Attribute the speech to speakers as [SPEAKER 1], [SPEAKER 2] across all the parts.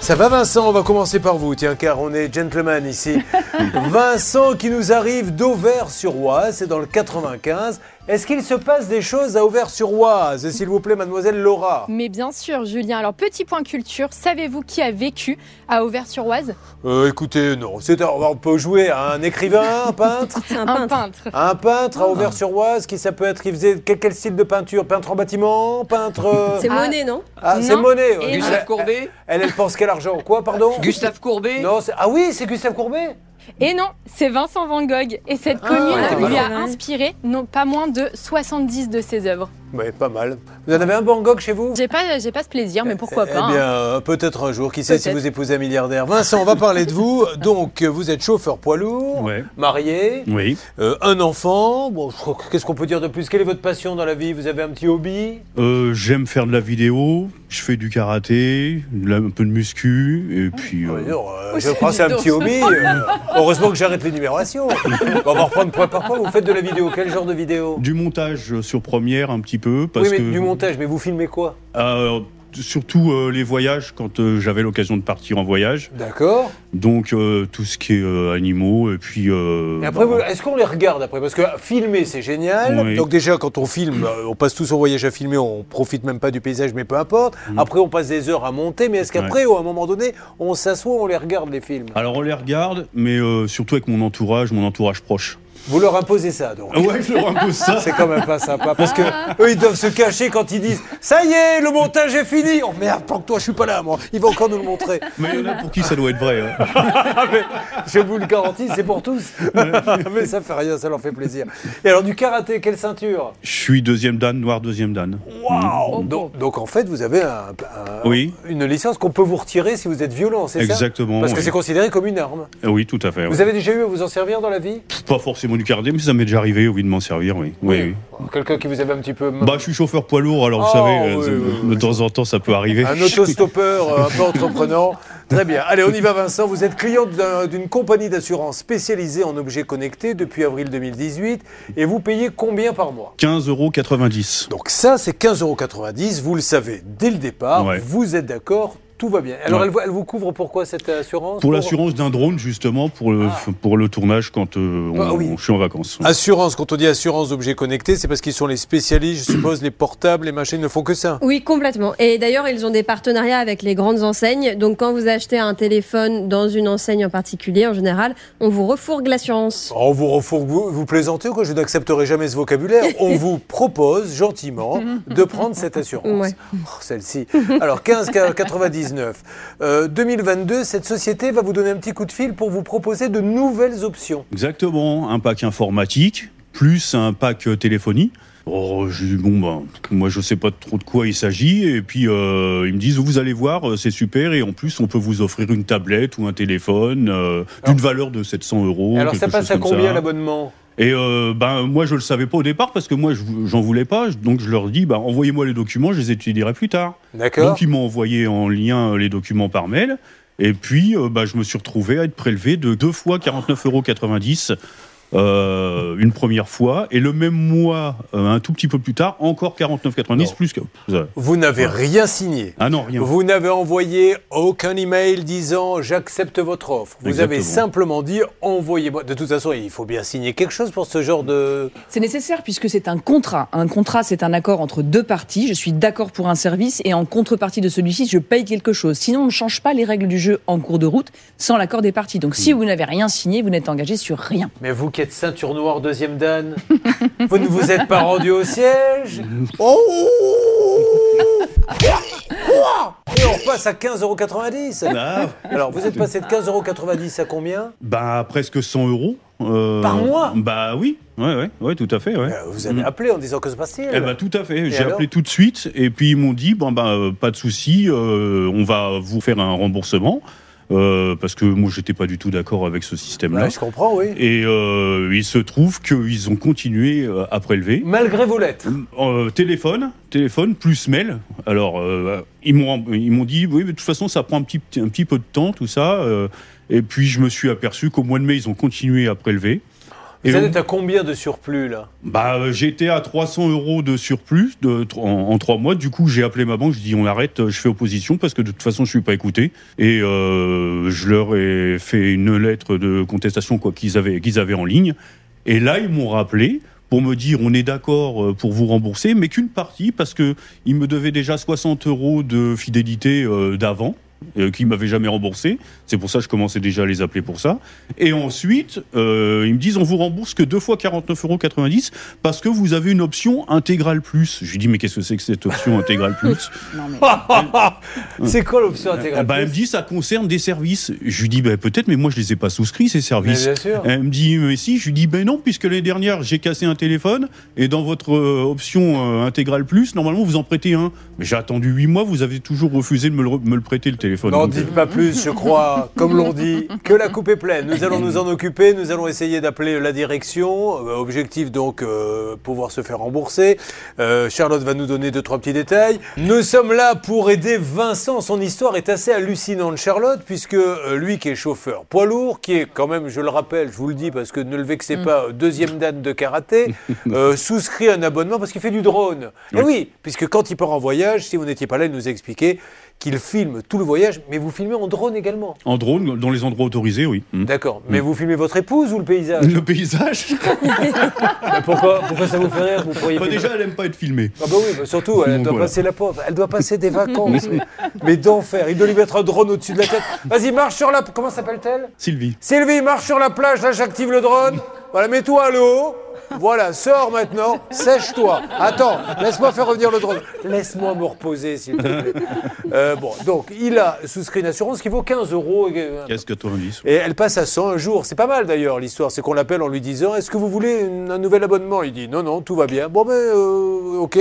[SPEAKER 1] Ça va Vincent, on va commencer par vous, tiens, car on est gentleman ici. Vincent qui nous arrive d'Auvers-sur-Oise, c'est dans le 95. Est-ce qu'il se passe des choses à Auvers-sur-Oise Et s'il vous plaît, mademoiselle Laura
[SPEAKER 2] Mais bien sûr, Julien. Alors, petit point culture, savez-vous qui a vécu à Auvers-sur-Oise
[SPEAKER 1] Euh, Écoutez, non, c'est on peut jouer à un écrivain, un peintre
[SPEAKER 2] un, peintre.
[SPEAKER 1] Un peintre à Auvers-sur-Oise qui ça peut être, il faisait quel, quel style de peinture Peintre en bâtiment Peintre... euh,
[SPEAKER 3] C'est
[SPEAKER 2] Ah.
[SPEAKER 3] Monet, non
[SPEAKER 1] Ah, c'est
[SPEAKER 2] Non.
[SPEAKER 1] Monet
[SPEAKER 2] Et-
[SPEAKER 1] Elle-
[SPEAKER 2] Gustave
[SPEAKER 4] Gustave Courbet
[SPEAKER 1] Elle, elle pense qu'à l'argent. Quoi, pardon
[SPEAKER 4] Gustave Courbet
[SPEAKER 1] Non, c'est- ah oui, c'est Gustave Courbet
[SPEAKER 2] Et non, c'est Vincent Van Gogh. Et cette
[SPEAKER 1] Ah,
[SPEAKER 2] commune
[SPEAKER 1] t'es
[SPEAKER 2] lui a
[SPEAKER 3] malin.
[SPEAKER 2] inspiré non pas moins de 70 de ses œuvres.
[SPEAKER 1] Mais pas mal. Vous en avez un Bangkok chez vous
[SPEAKER 2] J'ai pas, j'ai pas ce plaisir, mais pourquoi
[SPEAKER 1] Eh
[SPEAKER 2] pas hein.
[SPEAKER 1] bien, euh, peut-être un jour. Qui sait si
[SPEAKER 2] Peut-être.
[SPEAKER 1] vous épousez un milliardaire. Vincent, on va parler de vous. Donc, euh, vous êtes chauffeur poids lourd,
[SPEAKER 5] Ouais. Mm.
[SPEAKER 1] marié,
[SPEAKER 5] Oui.
[SPEAKER 1] euh, un enfant. Bon, je crois que- qu'est-ce qu'on peut dire de plus Quelle est votre passion dans la vie Vous avez un petit hobby
[SPEAKER 5] Euh, J'aime faire de la vidéo, je fais du karaté, de la- un peu de muscu, et puis. euh,
[SPEAKER 1] Ouais, non, euh,
[SPEAKER 2] Oui,
[SPEAKER 1] Je
[SPEAKER 2] c'est
[SPEAKER 1] crois que c'est un
[SPEAKER 2] du dos.
[SPEAKER 1] petit hobby. euh, heureusement que j'arrête les numérations. on va reprendre point par point. Vous faites de la vidéo. Quel genre de vidéo
[SPEAKER 5] du montage sur première un petit peu, parce
[SPEAKER 1] Oui, mais
[SPEAKER 5] que.
[SPEAKER 1] du montage. Mais vous filmez quoi
[SPEAKER 5] Euh, surtout euh, les voyages, quand euh, j'avais l'occasion de partir en voyage.
[SPEAKER 1] D'accord.
[SPEAKER 5] Donc euh, tout ce qui est euh, animaux, et puis. euh,
[SPEAKER 1] Et après,
[SPEAKER 5] bah,
[SPEAKER 1] vous- est-ce qu'on les regarde après Parce que filmer, c'est génial.
[SPEAKER 5] Oui.
[SPEAKER 1] Donc déjà, quand on filme, euh, on passe tout son voyage à filmer, on profite même pas du paysage, mais peu importe. Après, on passe des heures à monter, mais est-ce qu'après, ou à un moment donné, on s'assoit, on les regarde, les films
[SPEAKER 5] Alors on les regarde, mais euh, surtout avec mon entourage, mon entourage proche.
[SPEAKER 1] Vous leur imposez ça, donc
[SPEAKER 5] Ah Ouais, je leur impose ça.
[SPEAKER 1] c'est quand même pas sympa parce que eux ils doivent se cacher quand ils disent ça y est le montage est fini oh merde planque-toi je suis pas là moi il va encore nous le montrer
[SPEAKER 5] Mais il y en a pour qui ça doit être vrai. hein.
[SPEAKER 1] je vous le garantis c'est pour tous mais ça fait rien ça leur fait plaisir et alors du karaté quelle ceinture
[SPEAKER 5] Je suis deuxième dan, noir deuxième dan.
[SPEAKER 1] Waouh donc, donc, en fait, vous avez un- un-
[SPEAKER 5] Oui.
[SPEAKER 1] une licence qu'on peut vous retirer si vous êtes violent, c'est ça
[SPEAKER 5] Exactement.
[SPEAKER 1] Parce que
[SPEAKER 5] oui. Ah
[SPEAKER 1] c'est considéré comme une arme.
[SPEAKER 5] Oui, tout à fait. ouais.
[SPEAKER 1] Vous avez déjà eu à vous en servir dans la vie
[SPEAKER 5] Pas forcément du karaté, mais ça m'est déjà arrivé, oui, de m'en servir, oui. oui. oui.
[SPEAKER 1] Quelqu'un qui vous avait un petit peu...
[SPEAKER 5] Bah, je suis chauffeur poids lourd, alors
[SPEAKER 1] Oh,
[SPEAKER 5] vous savez,
[SPEAKER 1] oui,
[SPEAKER 5] euh,
[SPEAKER 1] oui,
[SPEAKER 5] de, de temps en temps, ça peut arriver.
[SPEAKER 1] Un autostoppeur euh, un peu entreprenant. Très bien. Allez, on y va Vincent. Vous êtes client d'un- d'une compagnie d'assurance spécialisée en objets connectés depuis avril 2018 et vous payez combien par mois
[SPEAKER 5] 15,90 euros.
[SPEAKER 1] Donc ça, c'est 15,90 Vous le savez dès le départ.
[SPEAKER 5] Ouais.
[SPEAKER 1] Vous êtes d'accord tout va bien. Alors,
[SPEAKER 5] Ouais.
[SPEAKER 1] elle, vous- elle vous couvre pourquoi cette assurance
[SPEAKER 5] Pour l'assurance d'un drone, justement, pour le,
[SPEAKER 1] Oh. Ah.
[SPEAKER 5] pour le tournage quand euh, on,
[SPEAKER 1] Ah oui.
[SPEAKER 5] on- je suis en vacances.
[SPEAKER 1] Assurance, quand on dit assurance d'objets connectés, c'est parce qu'ils sont les spécialistes, je suppose, les portables, les machines ne font que ça.
[SPEAKER 3] Oui, complètement. Et d'ailleurs, ils ont des partenariats avec les grandes enseignes. Donc, quand vous achetez un téléphone dans une enseigne en particulier, en général, on vous refourgue l'assurance.
[SPEAKER 1] On vous, refourgue- vous, vous plaisantez ou quoi Je n'accepterai jamais ce vocabulaire. On vous propose gentiment de prendre cette assurance.
[SPEAKER 3] Ouais.
[SPEAKER 1] Oh, Celle-ci. Alors, 15,99. Euh, 2022, cette société va vous donner un petit coup de fil pour vous proposer de nouvelles options.
[SPEAKER 5] Exactement, un pack informatique, plus un pack euh, téléphonie. Oh, je dis, bon, ben, moi, je sais pas trop de quoi il s'agit. Et puis, euh, ils me disent, vous allez voir, euh, c'est super. Et en plus, on peut vous offrir une tablette ou un téléphone euh, d'une valeur de 700 euros.
[SPEAKER 1] Alors, ça
[SPEAKER 5] quelque
[SPEAKER 1] passe
[SPEAKER 5] chose
[SPEAKER 1] à
[SPEAKER 5] comme
[SPEAKER 1] combien
[SPEAKER 5] ça.
[SPEAKER 1] l'abonnement
[SPEAKER 5] Et euh, ben moi je le savais pas au départ parce que moi je- j'en voulais pas, donc je leur dis ben, envoyez-moi les documents, je les étudierai plus tard.
[SPEAKER 1] D'accord.
[SPEAKER 5] Donc ils m'ont envoyé en lien euh, les documents par mail. Et puis euh, ben, je me suis retrouvé à être prélevé de deux fois 49,90 euros euh, une première fois. Et le même mois, euh, un tout petit peu plus tard, encore 49,90
[SPEAKER 1] Non.
[SPEAKER 5] plus que... euh,
[SPEAKER 1] Vous n'avez rien signé.
[SPEAKER 5] Ah non, rien.
[SPEAKER 1] Vous n'avez envoyé aucun email disant j'accepte votre offre. Vous avez
[SPEAKER 5] Exactement.
[SPEAKER 1] simplement dit envoyez-moi. De toute façon, il faut bien signer quelque chose pour ce genre de.
[SPEAKER 6] C'est nécessaire puisque c'est un contrat. Un contrat, c'est un accord entre deux parties. Je suis d'accord pour un service et en contrepartie de celui-ci, je paye quelque chose. Sinon, on ne change pas les règles du jeu en cours de route sans l'accord des parties. Donc, si vous n'avez rien signé, vous n'êtes engagé sur rien.
[SPEAKER 1] Mais vous qui êtes ceinture noire, deuxième dan, vous ne vous êtes pas rendu au siège Oh Et on repasse à 15,90
[SPEAKER 5] Ah,
[SPEAKER 1] Alors, vous êtes passé de 15,90 à combien
[SPEAKER 5] bah presque 100 euros. euh,
[SPEAKER 1] Par mois
[SPEAKER 5] Bah oui, ouais, ouais, ouais, tout à fait. Ouais.
[SPEAKER 1] Euh, Vous avez appelé en disant que se passe-t-il
[SPEAKER 5] Eh ben, tout à fait. J'ai
[SPEAKER 1] alors
[SPEAKER 5] appelé tout de suite et puis ils m'ont dit bon ben euh, pas de souci, euh, on va vous faire un remboursement euh, parce que moi j'étais pas du tout d'accord avec ce système-là.
[SPEAKER 1] Ouais, Ben, Je comprends, oui.
[SPEAKER 5] Et euh, il se trouve qu'ils ont continué euh, à prélever.
[SPEAKER 1] Malgré vos lettres.
[SPEAKER 5] Euh, téléphone, téléphone plus mail. Alors euh, ils m'ont ils m'ont dit oui mais de toute façon ça prend un petit un petit peu de temps tout ça. euh, et puis je me suis aperçu qu'au mois de mai ils ont continué à prélever.
[SPEAKER 1] Vous
[SPEAKER 5] Et
[SPEAKER 1] en
[SPEAKER 5] on-
[SPEAKER 1] êtes à combien de surplus là
[SPEAKER 5] Bah, euh, j'étais à 300 euros de surplus de, en, en trois mois. Du coup, j'ai appelé ma banque. Je dis, on arrête. euh, Je fais opposition parce que de toute façon, je suis pas écouté. Et euh, je leur ai fait une lettre de contestation quoi qu'ils avaient qu'ils avaient en ligne. Et là, ils m'ont rappelé pour me dire, on est d'accord euh, pour vous rembourser, mais qu'une partie parce que ils me devaient déjà 60 euros de fidélité euh, d'avant. Euh, qui m'avaient jamais remboursé, c'est pour ça que je commençais déjà à les appeler pour ça. Et ensuite, euh, ils me disent on vous rembourse que deux fois 49,90 euros parce que vous avez une option intégrale plus. Je lui dis mais qu'est-ce que c'est que cette option intégrale plus
[SPEAKER 6] Non, mais-
[SPEAKER 1] C'est quoi l'option
[SPEAKER 5] Ah
[SPEAKER 1] intégrale
[SPEAKER 5] bah, Elle me dit ça concerne des services. Je lui dis bah, peut-être mais moi je les ai pas souscrits ces
[SPEAKER 1] Mais
[SPEAKER 5] services.
[SPEAKER 1] Bien sûr.
[SPEAKER 5] Elle me dit mais si. Je lui dis ben non puisque l'année dernière j'ai cassé un téléphone et dans votre euh, option euh, intégrale plus normalement vous en prêtez un. Mais j'ai attendu huit mois vous avez toujours refusé de me le, me le prêter le téléphone.
[SPEAKER 1] N'en
[SPEAKER 5] Donc, euh,
[SPEAKER 1] dites pas plus, je crois, comme l'on dit, que la coupe est pleine. Nous allons nous en occuper, nous allons essayer d'appeler la direction. Euh, Objectif donc, euh, pouvoir se faire rembourser. Euh, Charlotte va nous donner deux, trois petits détails. Nous sommes là pour aider Vincent. Son histoire est assez hallucinante, Charlotte, puisque euh, lui qui est chauffeur poids lourd, qui est quand même, je le rappelle, je vous le dis parce que ne le vexez pas, euh, deuxième date de karaté, euh, souscrit un abonnement parce qu'il fait du drone. Et
[SPEAKER 5] Oui.
[SPEAKER 1] oui, puisque quand il part en voyage, si vous n'étiez pas là, il nous a expliqué qu'il filme tout le voyage, mais vous filmez en drone également.
[SPEAKER 5] En drone dans les endroits autorisés oui. Mm.
[SPEAKER 1] D'accord. Mais vous filmez votre épouse ou le paysage
[SPEAKER 5] Le paysage
[SPEAKER 1] Mais pourquoi, pourquoi ça vous fait rire Vous pourriez
[SPEAKER 5] Bah,
[SPEAKER 1] filmer-
[SPEAKER 5] Déjà elle aime pas être filmée.
[SPEAKER 1] Ah bah oui, bah surtout, elle
[SPEAKER 5] Donc
[SPEAKER 1] doit
[SPEAKER 5] voilà.
[SPEAKER 1] passer la pauvre. Elle doit passer des vacances. mais mais d'enfer. Il doit lui mettre un drone au-dessus de la tête. Vas-y, marche sur la... Comment s'appelle-t-elle
[SPEAKER 5] Sylvie.
[SPEAKER 1] Sylvie, marche sur la plage. Là, j'active le drone. Voilà, mets-toi à l'eau. Voilà, sors maintenant. Sèche-toi. Attends, laisse-moi faire revenir le drone. Laisse-moi me reposer, s'il te plaît. Euh, bon, donc, il a souscrit une assurance qui vaut 15 euros. euh,
[SPEAKER 5] Qu'est-ce que toi dis
[SPEAKER 1] Et elle passe à 100 un jour. C'est pas mal d'ailleurs l'histoire. C'est qu'on l'appelle en lui disant Est-ce que vous voulez une- un nouvel abonnement Il dit Non, non, tout va bien. Bon, ben, euh, ok.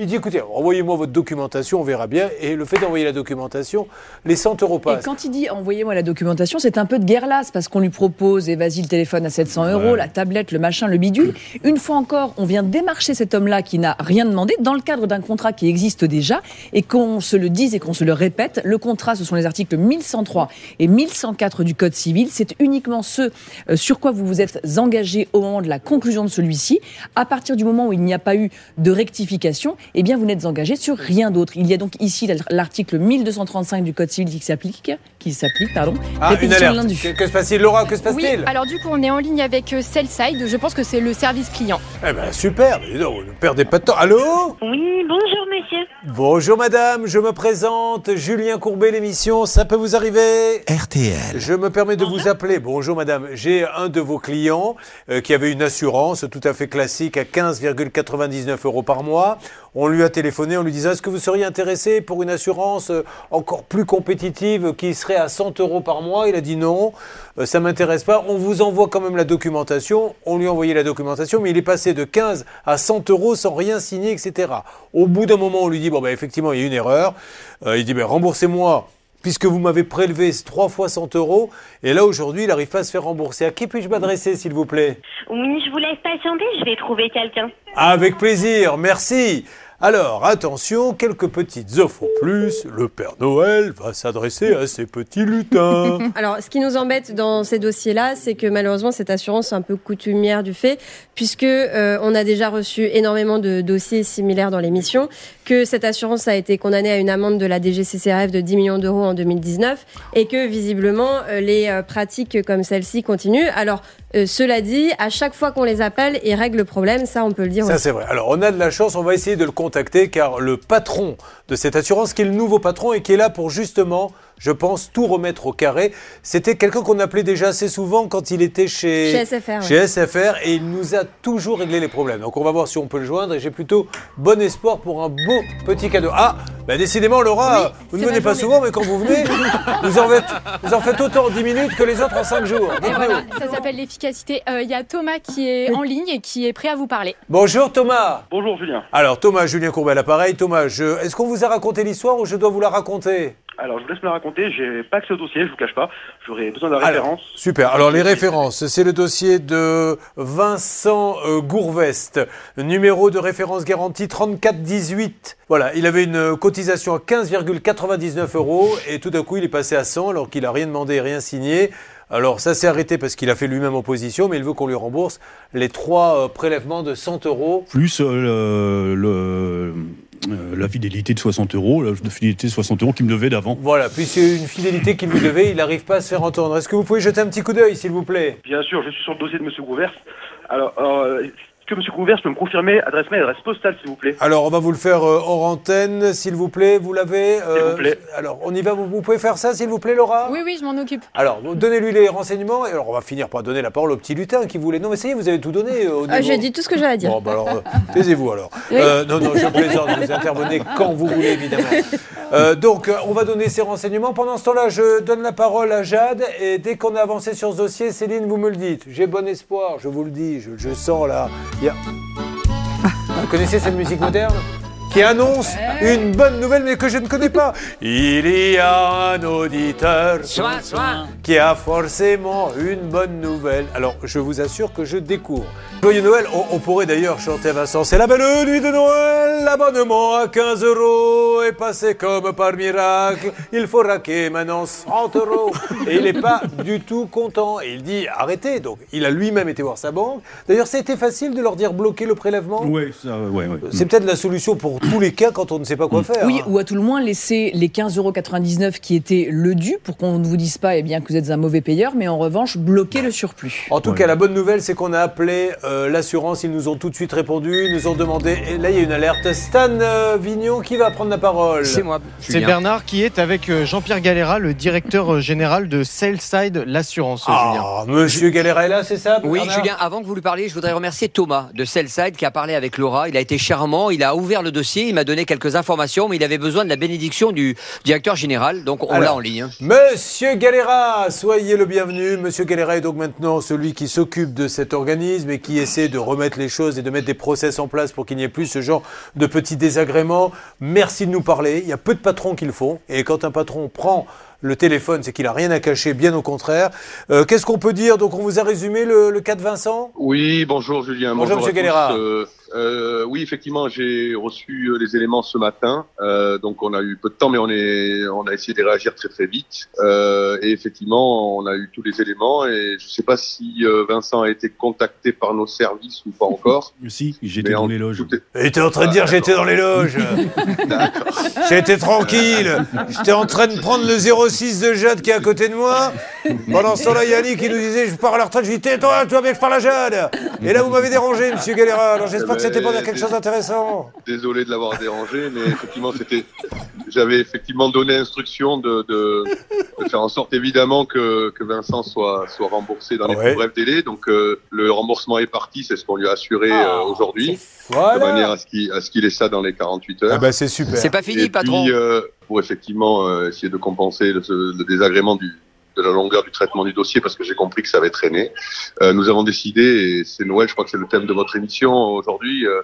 [SPEAKER 1] Il dit Écoutez, envoyez-moi votre documentation, on verra bien. Et le fait d'envoyer la documentation, les 100 euros
[SPEAKER 6] Et
[SPEAKER 1] passent.
[SPEAKER 6] quand il dit envoyez-moi la documentation, c'est un peu de guerre lasse parce qu'on lui propose, et vas-y, le téléphone à 700 euros,
[SPEAKER 5] Ouais.
[SPEAKER 6] la tablette, le machin, le bidule. Une fois encore, on vient démarcher cet homme-là qui n'a rien demandé dans le cadre d'un contrat qui existe déjà et qu'on se le dise et qu'on se le répète. Le contrat, ce sont les articles 1103 et 1104 du Code civil. C'est uniquement ce euh, sur quoi vous vous êtes engagé au moment de la conclusion de celui-ci. À partir du moment où il n'y a pas eu de rectification, eh bien, vous n'êtes engagé sur rien d'autre. Il y a donc ici l'article 1235 du Code civil qui s'applique, qui s'applique, pardon.
[SPEAKER 1] Ah, une
[SPEAKER 6] Répétition de
[SPEAKER 1] alerte.
[SPEAKER 6] l'indu.
[SPEAKER 1] Que, que se passe-t-il, Laura Que se
[SPEAKER 2] Oui,
[SPEAKER 1] passe-t-il
[SPEAKER 2] alors du coup, on est en ligne avec euh, Cellside. Je pense que c'est le service client.
[SPEAKER 1] Eh ben, super. Mais dis donc, vous ne perdez pas de temps. Allô
[SPEAKER 4] Oui, bonjour monsieur.
[SPEAKER 1] Bonjour madame, je me présente. Julien Courbet, l'émission, ça peut vous arriver
[SPEAKER 7] RTL.
[SPEAKER 1] Je me permets de vous appeler. Bonjour madame, j'ai un de vos clients euh, qui avait une assurance tout à fait classique à 15,99 euros par mois. On lui a téléphoné en lui disant est-ce que vous seriez intéressé pour une assurance euh, encore plus compétitive euh, qui serait à 100 euros par mois Il a dit non, euh, ça m'intéresse pas. On vous envoie quand même la documentation. On lui a envoyé la documentation, mais il est passé de 15 à 100 euros sans rien signer, etc. Au bout d'un moment, on lui dit bon ben effectivement il y a une erreur. Euh, il dit ben remboursez-moi puisque vous m'avez prélevé trois fois 100 euros, et là aujourd'hui, il n'arrive pas à se faire rembourser. À qui puis-je m'adresser, s'il vous plaît
[SPEAKER 4] Oui, je vous laisse patienter, je vais trouver quelqu'un.
[SPEAKER 1] Avec plaisir, merci. Alors, attention, quelques petites offres en plus. Le Père Noël va s'adresser à ses petits lutins.
[SPEAKER 3] Alors, ce qui nous embête dans ces dossiers-là, c'est que malheureusement, cette assurance est un peu coutumière du fait, puisque euh, on a déjà reçu énormément de dossiers similaires dans l'émission, que cette assurance a été condamnée à une amende de la DGCCRF de 10 millions d'euros en 2019, et que visiblement, euh, les euh, pratiques comme celle-ci continuent. Alors, euh, cela dit, à chaque fois qu'on les appelle, ils règlent le problème, ça, on peut le dire
[SPEAKER 1] Ça,
[SPEAKER 3] aussi.
[SPEAKER 1] c'est vrai. Alors, on a de la chance, on va essayer de le contacter, car le patron de cette assurance, qui est le nouveau patron et qui est là pour justement, je pense, tout remettre au carré, c'était quelqu'un qu'on appelait déjà assez souvent quand il était chez...
[SPEAKER 3] Chez SFR, ouais.
[SPEAKER 1] Chez SFR, et il nous a toujours réglé les problèmes. Donc, on va voir si on peut le joindre, et j'ai plutôt bon espoir pour un beau petit cadeau. Ah, bah, décidément, Laura, vous ne
[SPEAKER 2] c'est
[SPEAKER 1] venez
[SPEAKER 2] ma
[SPEAKER 1] pas
[SPEAKER 2] journée.
[SPEAKER 1] souvent, mais quand vous venez, vous en faites, vous en faites autant en 10 minutes que les autres en 5 jours.
[SPEAKER 2] Et voilà, Ah, ça s'appelle l'efficacité. Euh, Il y a Thomas qui est en ligne et qui est prêt à vous parler.
[SPEAKER 1] Bonjour, Thomas.
[SPEAKER 8] Bonjour Julien.
[SPEAKER 1] Alors Thomas, Julien Courbet à l'appareil. Thomas, je... est-ce qu'on vous a raconté l'histoire ou je dois vous la raconter
[SPEAKER 8] Alors je vous laisse me la raconter, j'ai pas accès au dossier, je vous cache pas. J'aurais besoin de la
[SPEAKER 1] Alors,
[SPEAKER 8] référence.
[SPEAKER 1] Super. Alors les références, c'est le dossier de Vincent euh, Gourvest, numéro de référence garantie 3418. Voilà, il avait une cotisation à 15,99 euros et tout d'un coup il est passé à 100 alors qu'il a rien demandé, rien signé. Alors ça s'est arrêté parce qu'il a fait lui-même opposition, mais il veut qu'on lui rembourse les trois euh, prélèvements de 100 euros.
[SPEAKER 5] Plus euh, le- le- euh, la fidélité de 60 euros, la fidélité de 60 euros qu'il me devait d'avant.
[SPEAKER 1] Voilà, puis c'est une fidélité qu'il lui devait, il n'arrive pas à se faire entendre. Est-ce que vous pouvez jeter un petit coup d'œil, s'il vous plaît
[SPEAKER 8] Bien sûr, je suis sur le dossier de Monsieur Gouvers. Alors, euh, est-ce que Monsieur Gouvers peut me confirmer adresse mail, adresse postale, s'il vous plaît
[SPEAKER 1] Alors, on va vous le faire euh, hors antenne, s'il vous plaît. Vous l'avez euh,
[SPEAKER 8] vous plaît.
[SPEAKER 1] Alors, on y va. Vous, vous pouvez faire ça, s'il vous plaît, Laura
[SPEAKER 2] Oui, oui, je m'en occupe.
[SPEAKER 1] Alors, vous- donnez-lui les renseignements. Et alors, on va finir par donner la parole au petit lutin qui voulait. Non, mais ça y est, vous avez tout donné. euh, Au
[SPEAKER 3] Ah,
[SPEAKER 1] niveau-
[SPEAKER 3] J'ai dit tout ce que j'avais à dire.
[SPEAKER 1] Bon, bah alors, euh, taisez-vous alors. Euh, non, non, je plaisante, vous intervenez quand vous voulez, évidemment. Euh, donc, euh, on va donner ces renseignements. Pendant ce temps-là, je donne la parole à Jade. Et dès qu'on a avancé sur ce dossier, Céline, vous me le dites. J'ai bon espoir, je vous le dis, je, je sens là. il y a- Vous connaissez cette musique moderne qui annonce une bonne nouvelle, mais que je ne connais pas. Il y a un auditeur qui a forcément une bonne nouvelle. Alors, je vous assure que je découvre. Joyeux Noël, on, on pourrait d'ailleurs chanter à Vincent. C'est la belle nuit de Noël, l'abonnement à 15 euros est passé comme par miracle. Il faut raquer maintenant 100 euros. Et il n'est pas du tout content. Et il dit arrêtez. Donc, il a lui-même été voir sa banque. D'ailleurs, c'était facile de leur dire bloquer le prélèvement.
[SPEAKER 5] Ouais, ça, ouais, ouais.
[SPEAKER 1] C'est peut-être la solution pour tous les cas quand on ne sait pas quoi faire.
[SPEAKER 6] Oui,
[SPEAKER 1] hein.
[SPEAKER 6] ou à tout le moins laisser les 15,99€ qui étaient le dû pour qu'on ne vous dise pas eh bien, que vous êtes un mauvais payeur, mais en revanche, bloquer le surplus.
[SPEAKER 1] En tout
[SPEAKER 5] Ouais.
[SPEAKER 1] cas, la bonne nouvelle, c'est qu'on a appelé euh, l'assurance. Ils nous ont tout de suite répondu. Ils nous ont demandé. Et là, il y a une alerte. Stan euh, Vignon, qui va prendre la parole
[SPEAKER 7] C'est moi.
[SPEAKER 9] C'est Bernard qui est avec euh, Jean-Pierre Galera, le directeur euh, général de Saleside L'Assurance, Julien.
[SPEAKER 1] Ah, monsieur Galera est là, c'est ça
[SPEAKER 7] Oui,
[SPEAKER 1] Bernard
[SPEAKER 7] Julien, avant que vous lui parliez, je voudrais remercier Thomas de Sellside qui a parlé avec Laura. Il a été charmant, il a ouvert le dossier, il m'a donné quelques informations, mais il avait besoin de la bénédiction du directeur général, donc on l'a
[SPEAKER 1] Alors.
[SPEAKER 7] en ligne. hein.
[SPEAKER 1] Monsieur Galera, soyez le bienvenu. Monsieur Galera est donc maintenant celui qui s'occupe de cet organisme et qui essaie de remettre les choses et de mettre des process en place pour qu'il n'y ait plus ce genre de petits désagréments. Merci de nous parler. Il y a peu de patrons qui le font. Et quand un patron prend le téléphone, c'est qu'il n'a rien à cacher, bien au contraire. Euh, Qu'est-ce qu'on peut dire Donc on vous a résumé le, le cas de Vincent
[SPEAKER 10] Oui, bonjour Julien.
[SPEAKER 1] Bonjour,
[SPEAKER 10] à
[SPEAKER 1] Monsieur
[SPEAKER 10] tous.
[SPEAKER 1] Galera.
[SPEAKER 10] Euh, euh, oui, effectivement, j'ai reçu euh, les éléments ce matin, euh, donc on a eu peu de temps, mais on est, on a essayé de réagir très très vite. Euh, et effectivement, on a eu tous les éléments. Et je ne sais pas si euh, Vincent a été contacté par nos services ou pas encore.
[SPEAKER 5] Si, j'étais
[SPEAKER 10] Mais
[SPEAKER 5] dans
[SPEAKER 10] en
[SPEAKER 5] les loges.
[SPEAKER 10] Tout est-
[SPEAKER 1] Il était en train de dire j'étais dans les loges. J'étais tranquille. J'étais en train de prendre le 06 de Jade qui est à côté de moi. Pendant ce temps-là, il y a Ali qui nous disait je pars à la retraite. Je lui dis tais-toi, toi, mais je parle à Jade. Et là, vous m'avez dérangé, monsieur Galera. Alors j'espère que c'était pas quelque chose d'intéressant.
[SPEAKER 10] Désolé de l'avoir dérangé, mais effectivement, c'était, j'avais effectivement donné instruction de, de, de faire en sorte évidemment que, que Vincent soit, soit remboursé dans les
[SPEAKER 1] Ouais.
[SPEAKER 10] plus brefs délais. Donc euh, le remboursement est parti, c'est ce qu'on lui a assuré euh, aujourd'hui, de manière
[SPEAKER 1] Voilà.
[SPEAKER 10] à ce qu'il à ce qu'il ait ça dans les 48 heures.
[SPEAKER 1] Ah bah c'est super.
[SPEAKER 7] C'est pas fini,
[SPEAKER 10] Et
[SPEAKER 7] patron.
[SPEAKER 10] puis, euh, pour effectivement euh, essayer de compenser le, ce- le désagrément du, de la longueur du traitement du dossier, parce que j'ai compris que ça avait traîné, euh, nous avons décidé, et c'est Noël, je crois que c'est le thème de votre émission aujourd'hui, euh,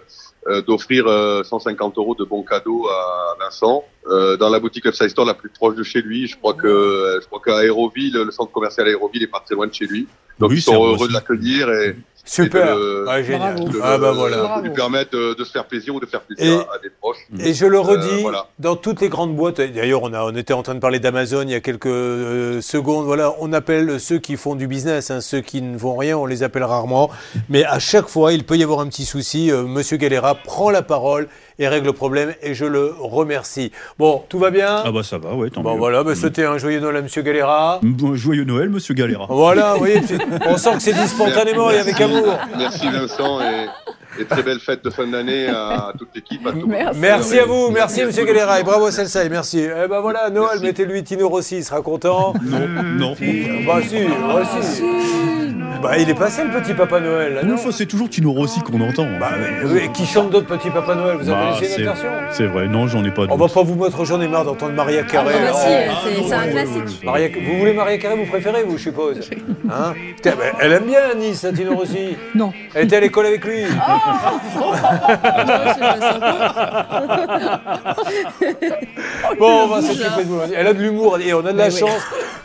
[SPEAKER 10] euh, d'offrir euh, 150 euros de bons cadeaux à Vincent euh, dans la boutique Upside Store la plus proche de chez lui. Je crois que euh, je crois qu'à Aéroville, le centre commercial Aéroville est pas très loin de chez lui. Donc
[SPEAKER 5] Oui,
[SPEAKER 10] ils
[SPEAKER 5] c'est
[SPEAKER 10] sont
[SPEAKER 5] un
[SPEAKER 10] heureux
[SPEAKER 5] aussi.
[SPEAKER 10] de l'accueillir et,
[SPEAKER 1] Super.
[SPEAKER 10] le-
[SPEAKER 1] Ah, génial.
[SPEAKER 6] Bravo.
[SPEAKER 10] de,
[SPEAKER 1] Ah bah
[SPEAKER 10] le-
[SPEAKER 1] voilà.
[SPEAKER 10] de lui permettre euh, de se faire plaisir ou de faire plaisir
[SPEAKER 1] Et-
[SPEAKER 10] à, à des proches. Euh,
[SPEAKER 1] Et je le redis,
[SPEAKER 10] voilà.
[SPEAKER 1] dans toutes les grandes boîtes, et d'ailleurs on, a- on était en train de parler d'Amazon il y a quelques euh, secondes, voilà, on appelle ceux qui font du business, hein, ceux qui ne font rien, on les appelle rarement, mais à chaque fois il peut y avoir un petit souci, Euh, Monsieur Galera prend la parole et règle le problème et je le remercie. Bon, tout va bien
[SPEAKER 5] Ah bah ça va, ouais, tant
[SPEAKER 1] Bon
[SPEAKER 5] mieux.
[SPEAKER 1] voilà, bah,
[SPEAKER 5] Mm.
[SPEAKER 1] c'était un joyeux Noël à Monsieur Galera.
[SPEAKER 5] Bon, joyeux Noël, monsieur Galera.
[SPEAKER 1] Voilà, vous voyez, c'est- on sent que c'est dit spontanément et avec
[SPEAKER 10] Merci.
[SPEAKER 1] amour.
[SPEAKER 10] Merci Vincent et, et très belle fête de fin d'année à toute l'équipe. à tout le monde.
[SPEAKER 6] Merci.
[SPEAKER 1] Merci à vous, merci
[SPEAKER 10] à
[SPEAKER 1] Monsieur
[SPEAKER 10] tous.
[SPEAKER 1] Galera et bravo Celsa et merci. Eh ben voilà, Noël,
[SPEAKER 10] Merci.
[SPEAKER 1] mettez-lui Tino Rossi, il sera content.
[SPEAKER 5] Non, non.
[SPEAKER 1] Bah si, bah si. Bah il est passé le petit Papa Noël là,
[SPEAKER 5] Combien
[SPEAKER 1] non
[SPEAKER 5] de fois c'est toujours Tino Rossi qu'on entend hein.
[SPEAKER 1] Bah mais- mais qui chante d'autres petits Papa Noël Vous en
[SPEAKER 5] Bah,
[SPEAKER 1] connaissez une
[SPEAKER 5] c'est-
[SPEAKER 1] autre version
[SPEAKER 5] C'est vrai, non, j'en ai pas
[SPEAKER 1] On va
[SPEAKER 5] d'autres.
[SPEAKER 1] pas vous mettre j'en ai marre d'entendre Maria Carré.
[SPEAKER 3] Ah, bah, si, euh,
[SPEAKER 1] Oh.
[SPEAKER 3] c'est- c'est un classique.
[SPEAKER 1] Maria- vous voulez Maria Carré, vous préférez, vous, je suppose hein Putain, bah, Elle aime bien Nice, la Tino Rossi.
[SPEAKER 6] Non. Oh.
[SPEAKER 1] Elle était à l'école avec lui. Bon, on va s'occuper de vous. Elle a de l'humour et on a de la
[SPEAKER 6] Mais oui.
[SPEAKER 1] chance.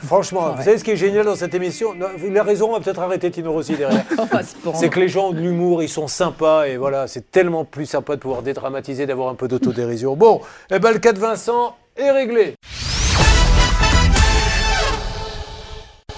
[SPEAKER 1] Franchement, vous savez ce qui est génial dans cette émission Non, Il a raison, on va peut-être arrêter Tino Rossi derrière. C'est que les gens ont de l'humour, ils sont sympas et voilà, c'est tellement plus sympa de pouvoir dédramatiser, d'avoir un peu d'autodérision. Bon, eh ben le cas de Vincent est réglé.